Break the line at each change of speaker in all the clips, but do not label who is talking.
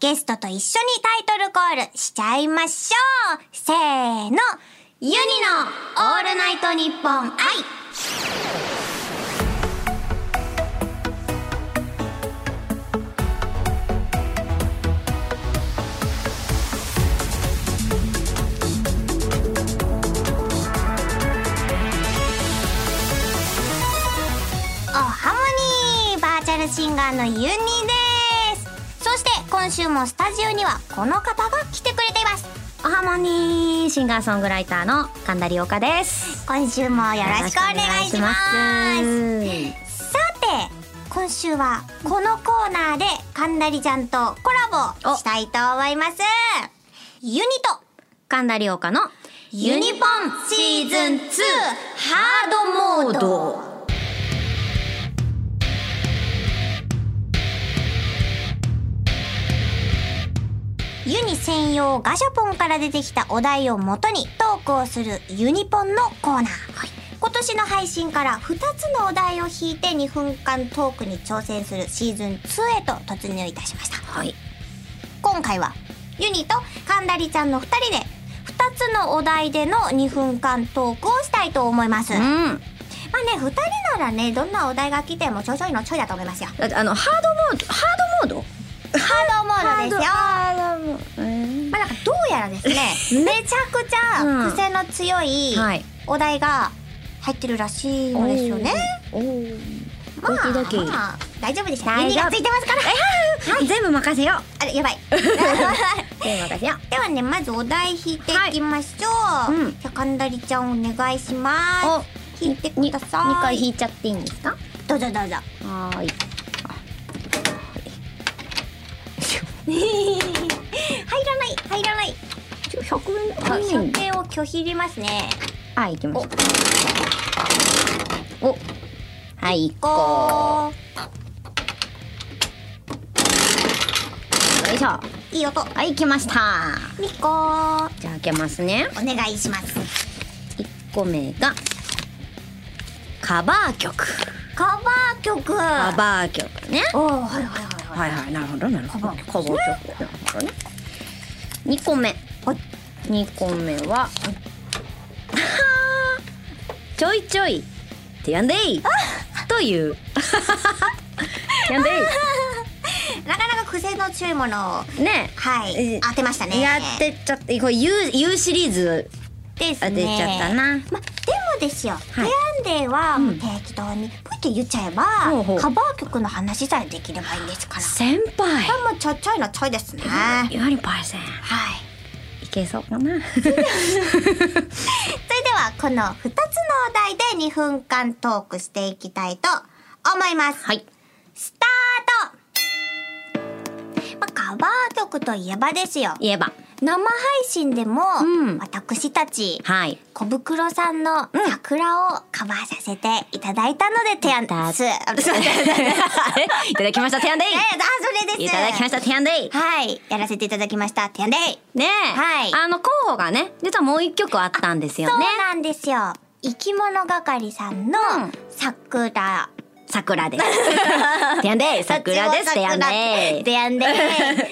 ゲストと一緒にタイトルコールしちゃいましょうせーのユニのオールナイトニッポン愛おハモニーバーチャルシンガーのユニですそして今週もスタジオにはこの方が来てくれています
おはもにーシンガーソングライターの神田理岡です。
今週もよろしくお願いします
よろしくお願いします。
さて今週はこのコーナーで神田理ちゃんとコラボしたいと思いますユニと
神田理岡の
ユニポンシーズン2ハードモードユニ専用ガシャポンから出てきたお題を元にトークをするユニポンのコーナー、今年の配信から2つのお題を引いて2分間トークに挑戦するシーズン2へと突入いたしました、
はい。
今回はユニと神田理ちゃんの2人で2つのお題での2分間トークをしたいと思います、
う
まあね
ん。
2人ならねどんなお題が来てもちょいちょいのちょいだと思いますよ
だってあのハードモードハードモー
ハードモードです
ド。
よ
ハードモード。え
まあなんかどうやらですねめちゃくちゃ癖の強い
ーはい。
お題が入ってるらしいのですよね。
おー。
まあ、
ドキドキ
まあ、大丈夫でしょう。
大丈
耳が
夫
ついてますから。
全部任せよう。
あれ、やばい。
全部任せよ
ではね、まずお題引いていきましょう。
いうん
じゃあ、かんだりちゃんお願いしま
う。
す。引いてください。
二回引いちゃっていいんですか？
どうぞどうぞ。
はーい。
入らない、入らない。
ちょ百円
あ、射程を拒否りますね。
はい、行きましょう。お。はい、一個。
こ
よいしょ。
う。いい音。
はい、来ました。
ニコー。
じゃあ開けますね。
お願いします。
一個目が、カバー曲。
カバー曲。
カバー曲ね。
おー、はいはいはいはい。
はいはい、なるほど、なるほど。
カ
カバー曲。なるほどね。二個目。二個目は、 はーちょいちょい、てやんでいと いう。てやんで
なかなか癖の強いものを。
いね
はい。
え
当てましたね。
やってっちゃって、これ U、U シリーズ
です
当
ね。
てちゃったな。
ま、でもですよ、ペ
い
アンデーは
ん
もう適当にポイって言っちゃえば、
ほうほう
カバー曲の話さえできればいいんですから。
先輩
これもちょちょいのちょいですね。はい。
ユニパイセン。いけそうかな。
それでは、この2つのお題で2分間トークしていきたいと思います。
はい。
スタートまあ、カバー曲といえばですよ。
言えば。
生配信でも、
うん
私たち、
はい。
小袋さんの桜をカバーさせていただいたので、提案
だ
です。
いただきました、テアンデ
ええあ、それで
イ。
す。
いただきました、テアンデイ。
はい。やらせていただきました。てやんでい。
ねえ。
はい
あの、候補がね、実はもう一曲あったんです
そ
よ
う
ね。
なんですよ。生き物係さんの
うん
桜。
桜です。テアンデイ、桜です、テアンデイ。
てやんでい。 そう、こ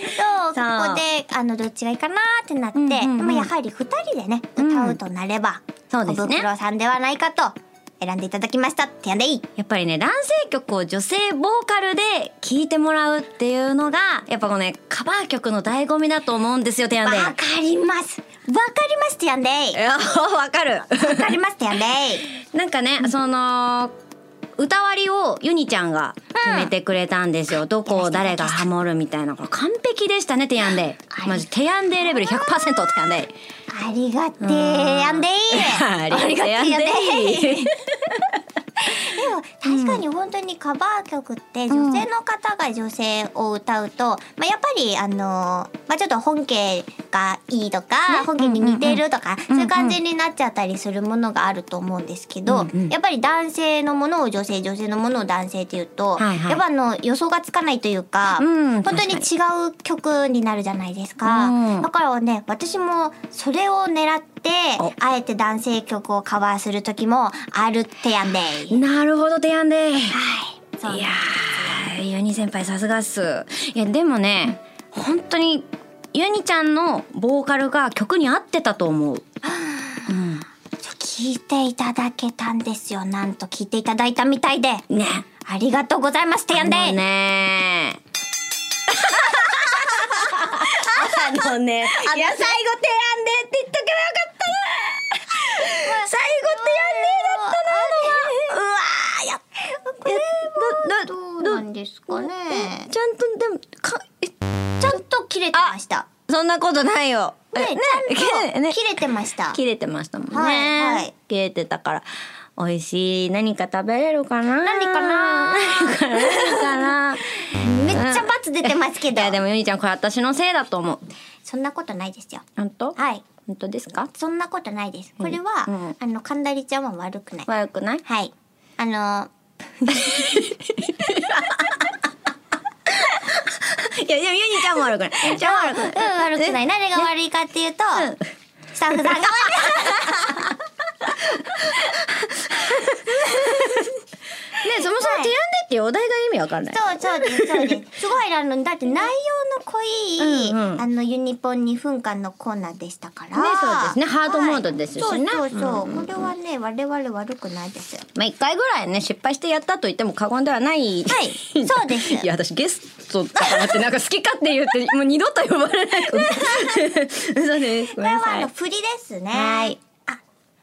そう
こで、あの、どっちがいいかなってなって、
うんうんうん
でもやはり二人でね、
うん
歌うとなれば、
そうですね
小袋さんではないかと選んでいただきました。てやんでい。
やっぱりね、男性曲を女性ボーカルで聴いてもらうっていうのが、やっぱこのね、カバー曲の醍醐味だと思うんですよ、テアン
わ
デイ。
かります。わかります。てやんでい。
いや、わかる。
わかります。てやんで い。
なんかね、その歌割りをユニちゃんが決めてくれたんですよ、どこを誰がハモるみたいなこれ完璧でしたねテヤンデ
あ
イマジテヤンデイレベル100%テヤンデイ
ありがてえやんでい。
ありがとうテヤン
で
デイ
も確かに本当にカバー曲って女性の方が女性を歌うと、まあ、やっぱりあのーまあ、ちょっと本家がいいとか、本家に似てるとか、そういう感じになっちゃったりするものがあると思うんですけど、
うんうん
やっぱり男性のものを女性女性のものを男性っていうと、
はいはい
やっぱあの予想がつかないというか、
うん
本当に違う曲になるじゃないですか。
うん
だからね私もそれを狙って
お
あえて男性曲をカバーする時もあるってやんでい。
なるほどテヤンデイい
はい。そう
やーユニ先輩さすがっすいやでもね本当にユニちゃんのボーカルが曲に合ってたと思う。うん
ちょ聞いていただけたんですよなんと聞いていただいたみたいで
ね。
ありがとうございますてやんで、
あのね。あのね。いや最後提案でって言っとけばよかったな。最後提案でだったな。うわーやっ
これ
なな
どうなんですかね
えちゃんとでもかえ
ちゃんと切れてました
そんなことないよ。
ねちゃんと
ね
切れてました
切れてましたもんね。
はいはい
切れてたから。美味しい何か食べれるかな。
何かな
何かな。何かな。
めっちゃ罰出てますけ
い
ど
やでもゆにちゃんこれ私のせいだと思う。
そんなことないですよ
本当？
はい
本当ですか？
そんなことないですこれは、
うんうん
あのカンダリちゃんは悪くない
悪く ない？
はいあの
いやでもゆにちゃんも悪くない。 ゆにちゃんも悪くない。
うん悪くない誰が悪いかっていうと、
うん
スタッフさんが悪い
ねそもそも提案でっていうお題が意味わかんない。
そうそうですそう です。すごいあのだって内容の濃い、
うんうん
あのユニポン2分間のコーナーでしたから。
ねそうですねハードモードですしね
はいそうそうそう、これはね我々悪くないです。は
まあ一回ぐらいね失敗してやったと言っても過 言ではない。
いそうです。
いや私ゲストとかってなんか好き勝手言ってもう二度と呼ばれないと思 う嘘です
こ
ごめ
れ
んな
は
さ
あ
い
の振りですね。
はい
あ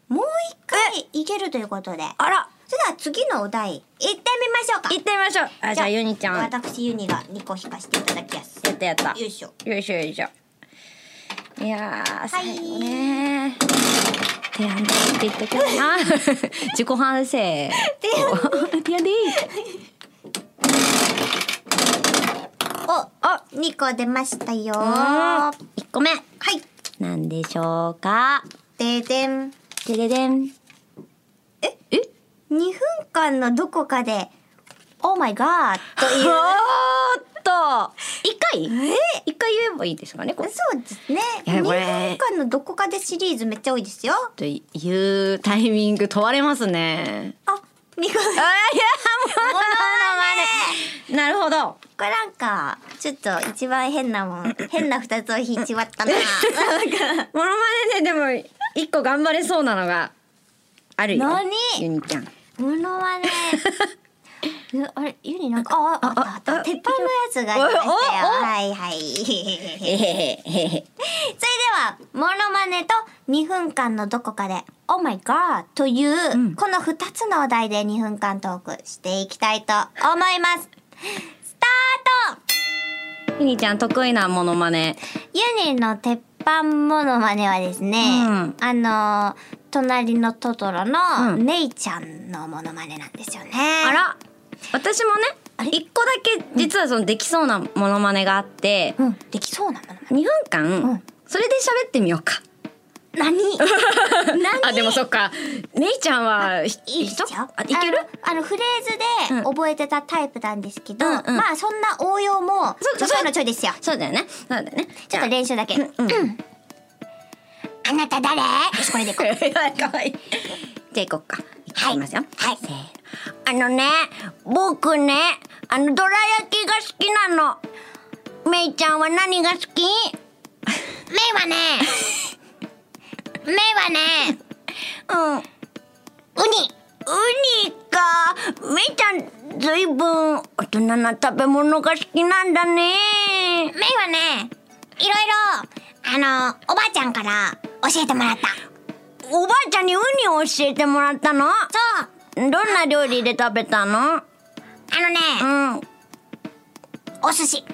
もう一回いけるということで。
あら
それでは次のお題行ってみましょうか。
行ってみましょうあじゃあユニちゃんや
私ユニが2個引かしていただきます。
ったやった
よいしょ。
よいしょよいしょ。いやー、最後ね。提案でって言っとけば な。自己反省。提案提案でいい。
お
あ、
2個出ましたよ。は
あ一個目。
い。
なんでしょうか。
ででん。
でででん。え、え。
2分間のどこかで「オーマイガー」と いう
おーっと。一回。一回言えばいいですかね。これ。
そうですね
いや
2
これ
分間のどこかでシリーズめっちゃ多いですよ
というタイミング問われますね。
あ二2
あ
分
いや、もう、なるほど。
これなんかちょっと一番変なもん変な2つを引いちまった な
モノマネででも一個頑張れそうなのがあるよ。
何
ユニちゃん。
ものは ねあれゆりなんかあああったあった
あ
鉄板のやつがありましたよ
おおお
はいはい それで
えへへへへ。
はモノマネと2分間のどこかで「Oh my god」という、
ん
この2つのお題で2分間トークしていきたいと思いますスタート
ユニちゃん得意なモノマネ。
ユニの鉄板モノマネはですね、
うん
あのー隣のトトロの
うん
ネイちゃんのモノマネなんですよね、
あら、私もね、一個だけ実はそのできそうなモノマネがあって、
うん、できそうなモノマ
2分
う
間
ん、
それで喋ってみようか。
ネ何何
あ、でもそっか。メイちゃんは、ひ
いいですよ
ひとあいける
あのあのフレーズ
う
で
ん
覚えてたタイプなんですけど、
うんうん
まあそんな応用も
そ
ちょそういうのちょいですよ
そうだよね。そうだよ ね。
ちょっと練習だけ、
うんうん
うんあなた誰よしこれでいこう
かわいい。じゃあ行こうか。
はい
いきますよ。
はい
せーのあのね、僕ね、あの、どら焼きが好きなの。めいちゃんは何が好き
メイはねメイはね
うん。ウ
ウニ
ニか。めいちゃん、ずいぶん、大人な食べ物が好きなんだね。
メイはね、いろいろ、あの、おばあちゃんから教えてもらった。
おばあちゃんにウニを教えてもらったの
そう、
どんな料理で食べたの
あのね、
うん。おー
お寿司。
マ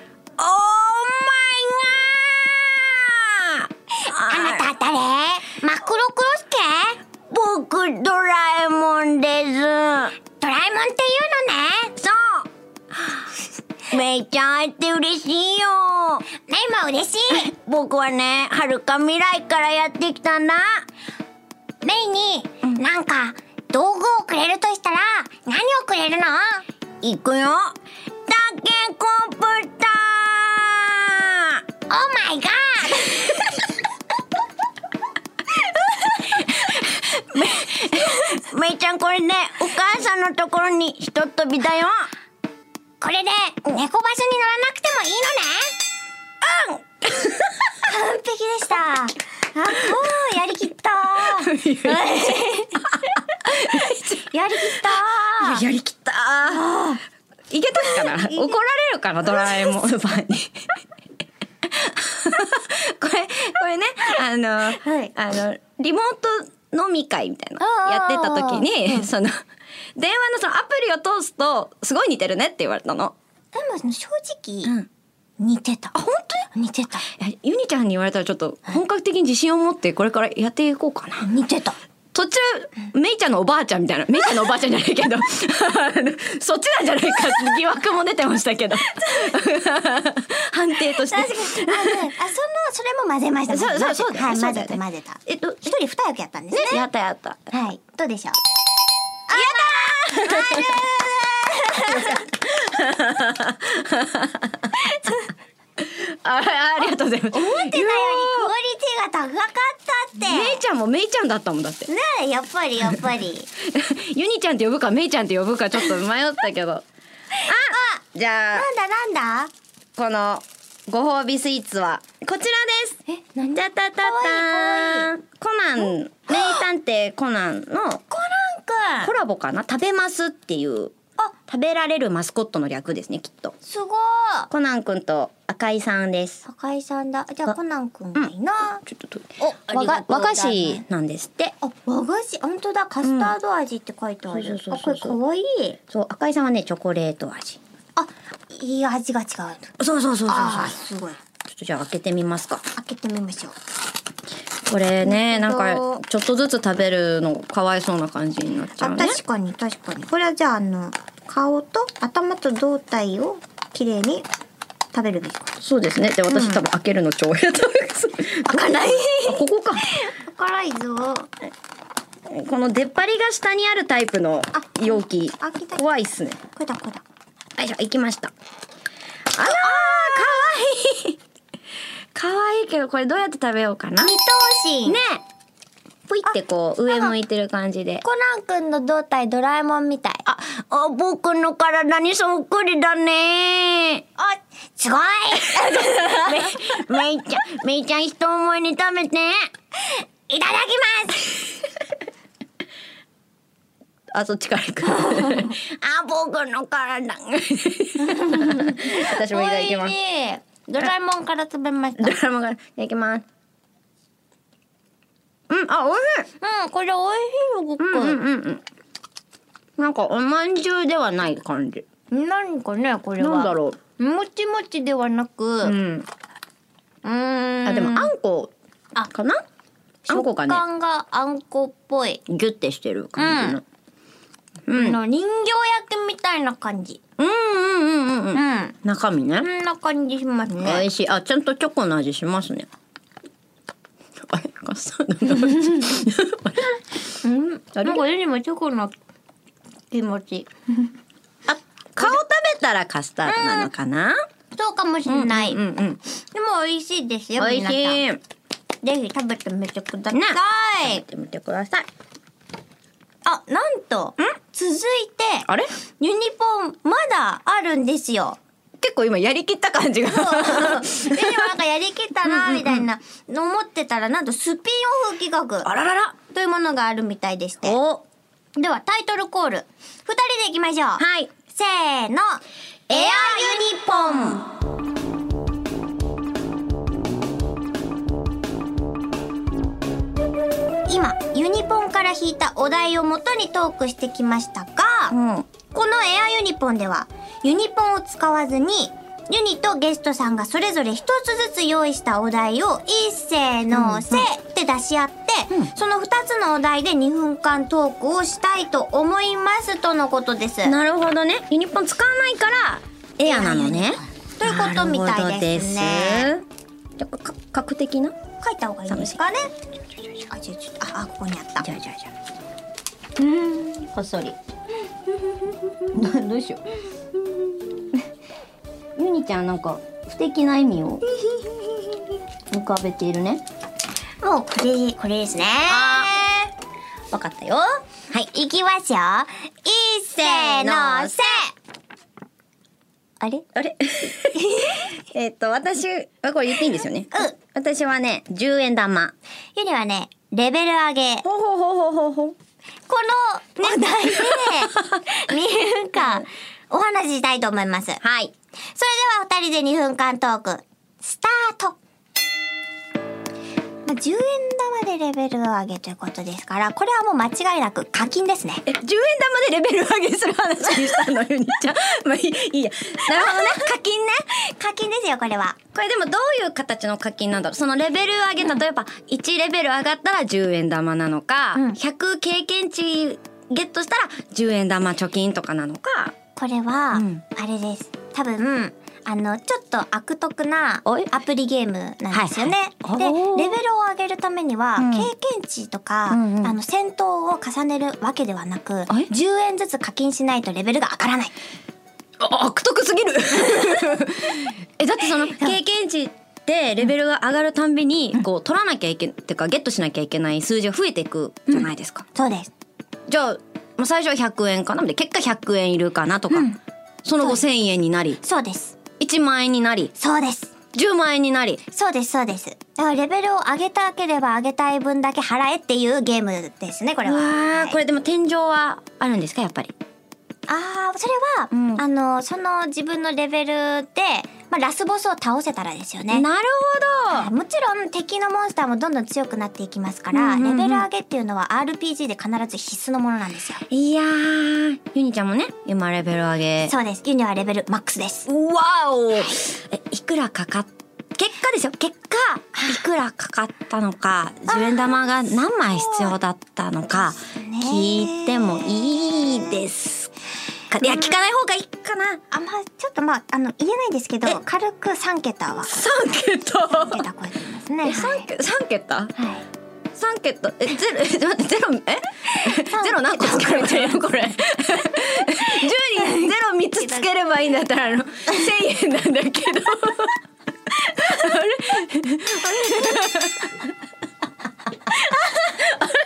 イガー
あなた誰マクロクロスケ
僕ドラえもんで
ド
す
ラえもんっていうのね。
そうめいちゃん会えて嬉しいよ
メイも嬉しい。
僕はねはるか未来からやってきたんだ
メイに、なんか、道具をくれるとしたら、何をくれるの
行くよタケコプタ
オーマイガー
ーめいちゃんこれねお母さんのところにひとっ飛びだよ
これで、猫バスに乗らなくてもいいのね
あ いう
やりきったー
やりきったーいけたかな怒られるかなドラえもんファンに これこれねあの、
はい
あのリモート飲み会みたいな
あー
やってた時に、その電話のそのアプリを通すとすごい似てるねって言われたの。
でも正直、
うん
似てたあ本当に似てた
いやユニちゃんに言われたらちょっと本格的に自信を持ってこれからやっていこうかな。
似てた
途中、メイちゃんのおばあちゃんみたいな、メイちゃんのおばあちゃんじゃないけ ど、あのそっちなんじゃないかって疑惑も出てましたけど、判定として。
確かにあ、うんあそのそれも混ぜました
そうそうそうだよ
はい
そ
混
うだ
ぜ
よ
た
ね
混ぜた
えっと、ね、
一人二役やったんですね
やったやった。
はいどうでしょう
あありがとうござい
思
ます。
ってたよりクオリティが高かったって
メイちゃんもメイちゃんだったもんだって。
ねえやっぱりやっぱり
ユニちゃんって呼ぶかメイちゃんって呼ぶかちょっと迷ったけど。あじゃあ、
なんだなんだ
このご褒美スイーツはこちらです。
えなん
じゃたたたーんコナン名探偵コナンの
コランく
コ
ん
ラボかな食べますっていう
あ
食べられるマスコットの略ですねきっと
すごい
コナンくんと赤井さんです
赤井さんだじゃあコナンくんがいいな
ちょっとと
お
和が和菓子なんですって
あ和菓子本当だカスタード味って書いてあ
うん
る
そう
あこ
そう
れ
そ
か
うそう
わいい
そう赤井さんはねチョコレート味
あいい味が違う
そうそうそうそうそう
あーすごい
ちょっとじゃあ開けてみますか
開けてみましょう
これねなん
な
か
るほど
ちょっとずつ食べるのかわいそうな感じになっちゃ
あ
うね
確かに確かにこれはじゃああの顔と頭と胴体を綺麗に食べるべきこと
そうですねで私多分開けるの超下手です
開かない
あここか
辛いぞ
この出っ張りが下にあるタイプの容器
あ開けた
怖いっすね
これだこれだ
よいしょ行きましたあらーかわいいかわいいけどこれどうやって食べようかなね
二頭身
ぷいってこう上向いてる感じで
コナン君の胴体ドラえもんみたい
ああ僕の体にそっくりだね
あすごい
めめいちゃんめいちゃん一思いに食べて
いただきます
あそっちから行くあ僕の体私もいただきます
ドラえもんから食べました
ドラマがいただきます。うん、あ、美味しい。
うんこれ美味しいよごっく
うんうんうん。なんかお饅頭ではない感じ。
ん何かねこれは
なんだろ
うもちもちではなく
う。う。
うんーん
あ、でもあんこ
あ
かな？あんこ
食
がね、
感があんこっぽい
ギュってしてる感じの。
あの人形焼きみたいな感じ
うんうんうん
う
うんうん。
ん
中身ね
こ。んな感じします
美
ね
味しい。あ、ちゃんとチョコの味しますね。あれ、カスタードの味。
うん
あれ
なんかよりもチョコの気持ち
あ、顔食べたらカスタードなのかな？
そうかもしれない、
うんうん。
でも美味しいです
美
よ
味し
皆
い。
さんぜひ食べてみてくださ
ね
い、
食べてみてください。
あなんと続いて
あれ？
ユニポンまだあるんです よ
結構今やりきった感じが。
でもなんかやりきったなみたいな思ってたらなんとスピンオフ企画
ららら。
というものがあるみたいでして
お、は
ではタイトルコール2人でいきましょう、
い。
せーのエアユニポン今ユニポンから引いたお題をもとにトークしてきましたが、
うん。
このエアユニポンではユニポンを使わずにユニとゲストさんがそれぞれ一つずつ用意したお題を「いっせーのせ」って出し合って、
うん
その2つのお題で2分間トークをしたいと思いますとのことです。
なるほどね。ユニポン使わないからエアなのね。
ということみたいです
な
ね。
るほどです。じゃあか格的な。
書いた方がいいんですかね。あ、ちょちょあ、あここにあった。
ゃあじゃあじゃ
うん、こっそり。
あ。 どうしよう。 ユニちゃんなんか不敵な意味 を浮かべているね。
もうこれこれですね。
わかったよ。
はい、いきますよ。いっせーのせ。あれ？
あれ。 えっと私あこれ言っていいんですよね。
うん。
私はね10円玉。
ゆりはね、レベル上げ。
ほうほうほうほうほう
こ のね、題で、2分 間、お話ししたいと思います。それで
はい。
は2人で2分間トーク、スタートまあ、10円玉でレベルを上げということですから、これはもう間違いなく課金ですね。
え、10円玉でレベル上げする話にしたの、ゆにちゃん。 まあいい、いいや。なるほどね。課金ね。
課金ですよ、これは。
これでもどういう形の課金なんだろうそのレベル上げ、例えば1レベル上がったら10円玉なのか、
うん
100経験値ゲットしたら10円玉貯金とかなのか、
これは、
うん
あれです。多分、あの、ちょっと悪徳な
おい
アプリゲームなんですよね。
はいはいおー
で、レベルを上げるためには、
うん
経験値とか、
うんうん
あの、戦闘を重ねるわけではなく、
え
10円ずつ課金しないとレベルが上がらない。
あ悪徳すぎる えだってその経験値でレベルが上がるたんびにこう取らなきゃいけってかゲットしなきゃいけない数字が増えていくじゃないですか、
そうです。
じゃあまあ最初は100円かなで結果100円いるかなとか、
うん
その後1000円になり
そうです。
1万円になり
そうです。
10万円になり
そうです、そうです。だからレベルを上げたければ上げたい分だけ払えっていうゲームですね、これ
う
は。
わー
はい
これでも天井はあるんですかやっぱり
ああそれは、
うん
あのその自分のレベルで、まあ、ラスボスを倒せたらですよね。
なる
はいもちろん敵のモンスターもどんどん強くなっていきますから、
うんうんうん
レベル上げっていうのは RPG で必ず必須のものなんですよ。
ほどいやーゆにちゃんもね今レベル上げ
そうです。ユニはレベルマックスです。
わおえいくらかかっ結果ですよ結果いくらかかったのか10円玉が何枚必要だったのか
ね
聞いてもいいですかいや聞かない方がいいかな
あんまちょっとまああの言えないですけ
え
ど軽く三桁は
3桁
三桁超えてますね。は
え
い
3桁3桁
はい
三桁えゼロえちょっと待ってゼロえ ゼロ何個つけられてるのこれ10にゼロ三つつければいいんだったらあの千円なん だけど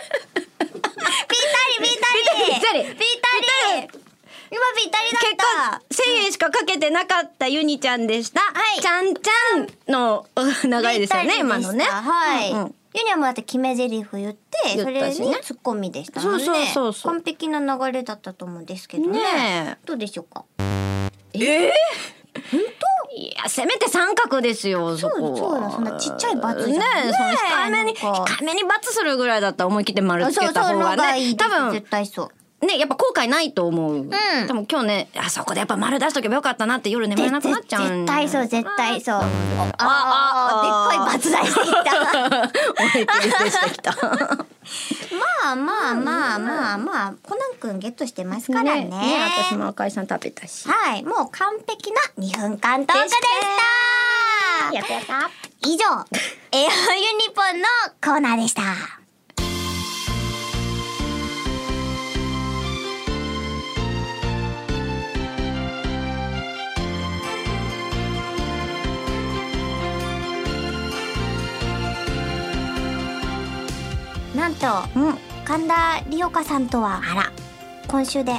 ぴったりぴったり
ぴったり
ぴったり今ぴったり
結
だっ
果千円しかかけてなかったユニちゃんでした、
はい
ちゃんちゃんのうん
た。
流れですよ
ぴったり
ね
した
今のね
はい。
うんうん
ユニはもうだって決め台詞言って
言
そ
った
れ
しね
にツッコミでしたもんね。
そうそうそうそう
完璧な流れだったと思うんですけど
ね
ね
え。
どうでしょうか。
いやせめて三角ですよそこは
そうそうだそんなちっちゃいバツじゃん
ねえ
ねえ
その控えめ
な
に
んか
控えめにバツするぐらいだったら思い切って丸
あ
つ
そうそ
け
う
た方
の
が
が
ね
いいで
多
す
分
絶対そう。
ねやっぱ後悔ないと思う、
ん
でも今日ねあそこでやっぱ丸出しとけばよかったなって夜眠れなくなっちゃう
絶
ん
対そう絶対そう。あ
あ
あでっかい罰出してきた。
思い切り出してき た
まあまあまあまあまあコナン君ゲットしてますからね。
私も赤井さん食べたし
はい、もう完璧な2分間トークでし
やったやった
た 以上、エアユニポンのコーナーでした。なんと、
うん
神田理央香さんとは、あら、今週で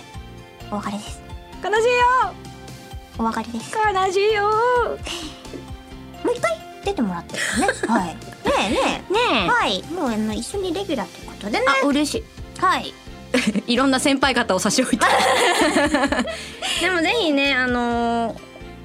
お別れです。
悲しいよ
お別れです。
悲しいよ
もう一回出てもらってるね。 はい。ねえね
ね
え。はい。もうあの一緒にレギュラーということでね。
あ嬉し
はい。
いいろんな先輩方を差し置いて でもぜひねあのー、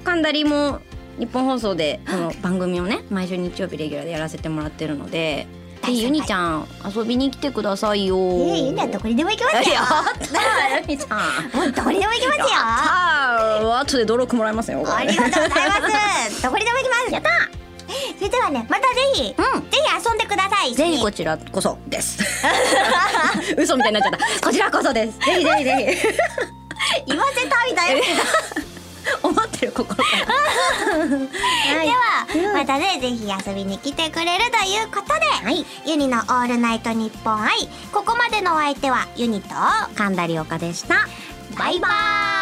カンダリも日本放送でこの番組をね毎週日曜日レギュラーでやらせてもらってるのでぜひユニちゃん遊びに来てくださいよ
ええゆりはどこにでも行きま
やっ
すよ。
たユニちゃん
もうどこにでも行きますよ。
あー後で登録もらえますよこ
あ
れ
りがとうございます。どこにでも行きます。やった。それではね、またぜひ、ぜ
うん
ひ遊んでください。
ぜひこちらこそです 嘘みたいになっちゃったこちらこそですぜひぜひぜ ひ
言わせたみたいな。
思ってる心から
では、またね、ぜひ遊びに来てくれるということで、ユニのオールナイトニッポン愛、ここまでのお相手はユニと
神田理岡でした
バイバーイ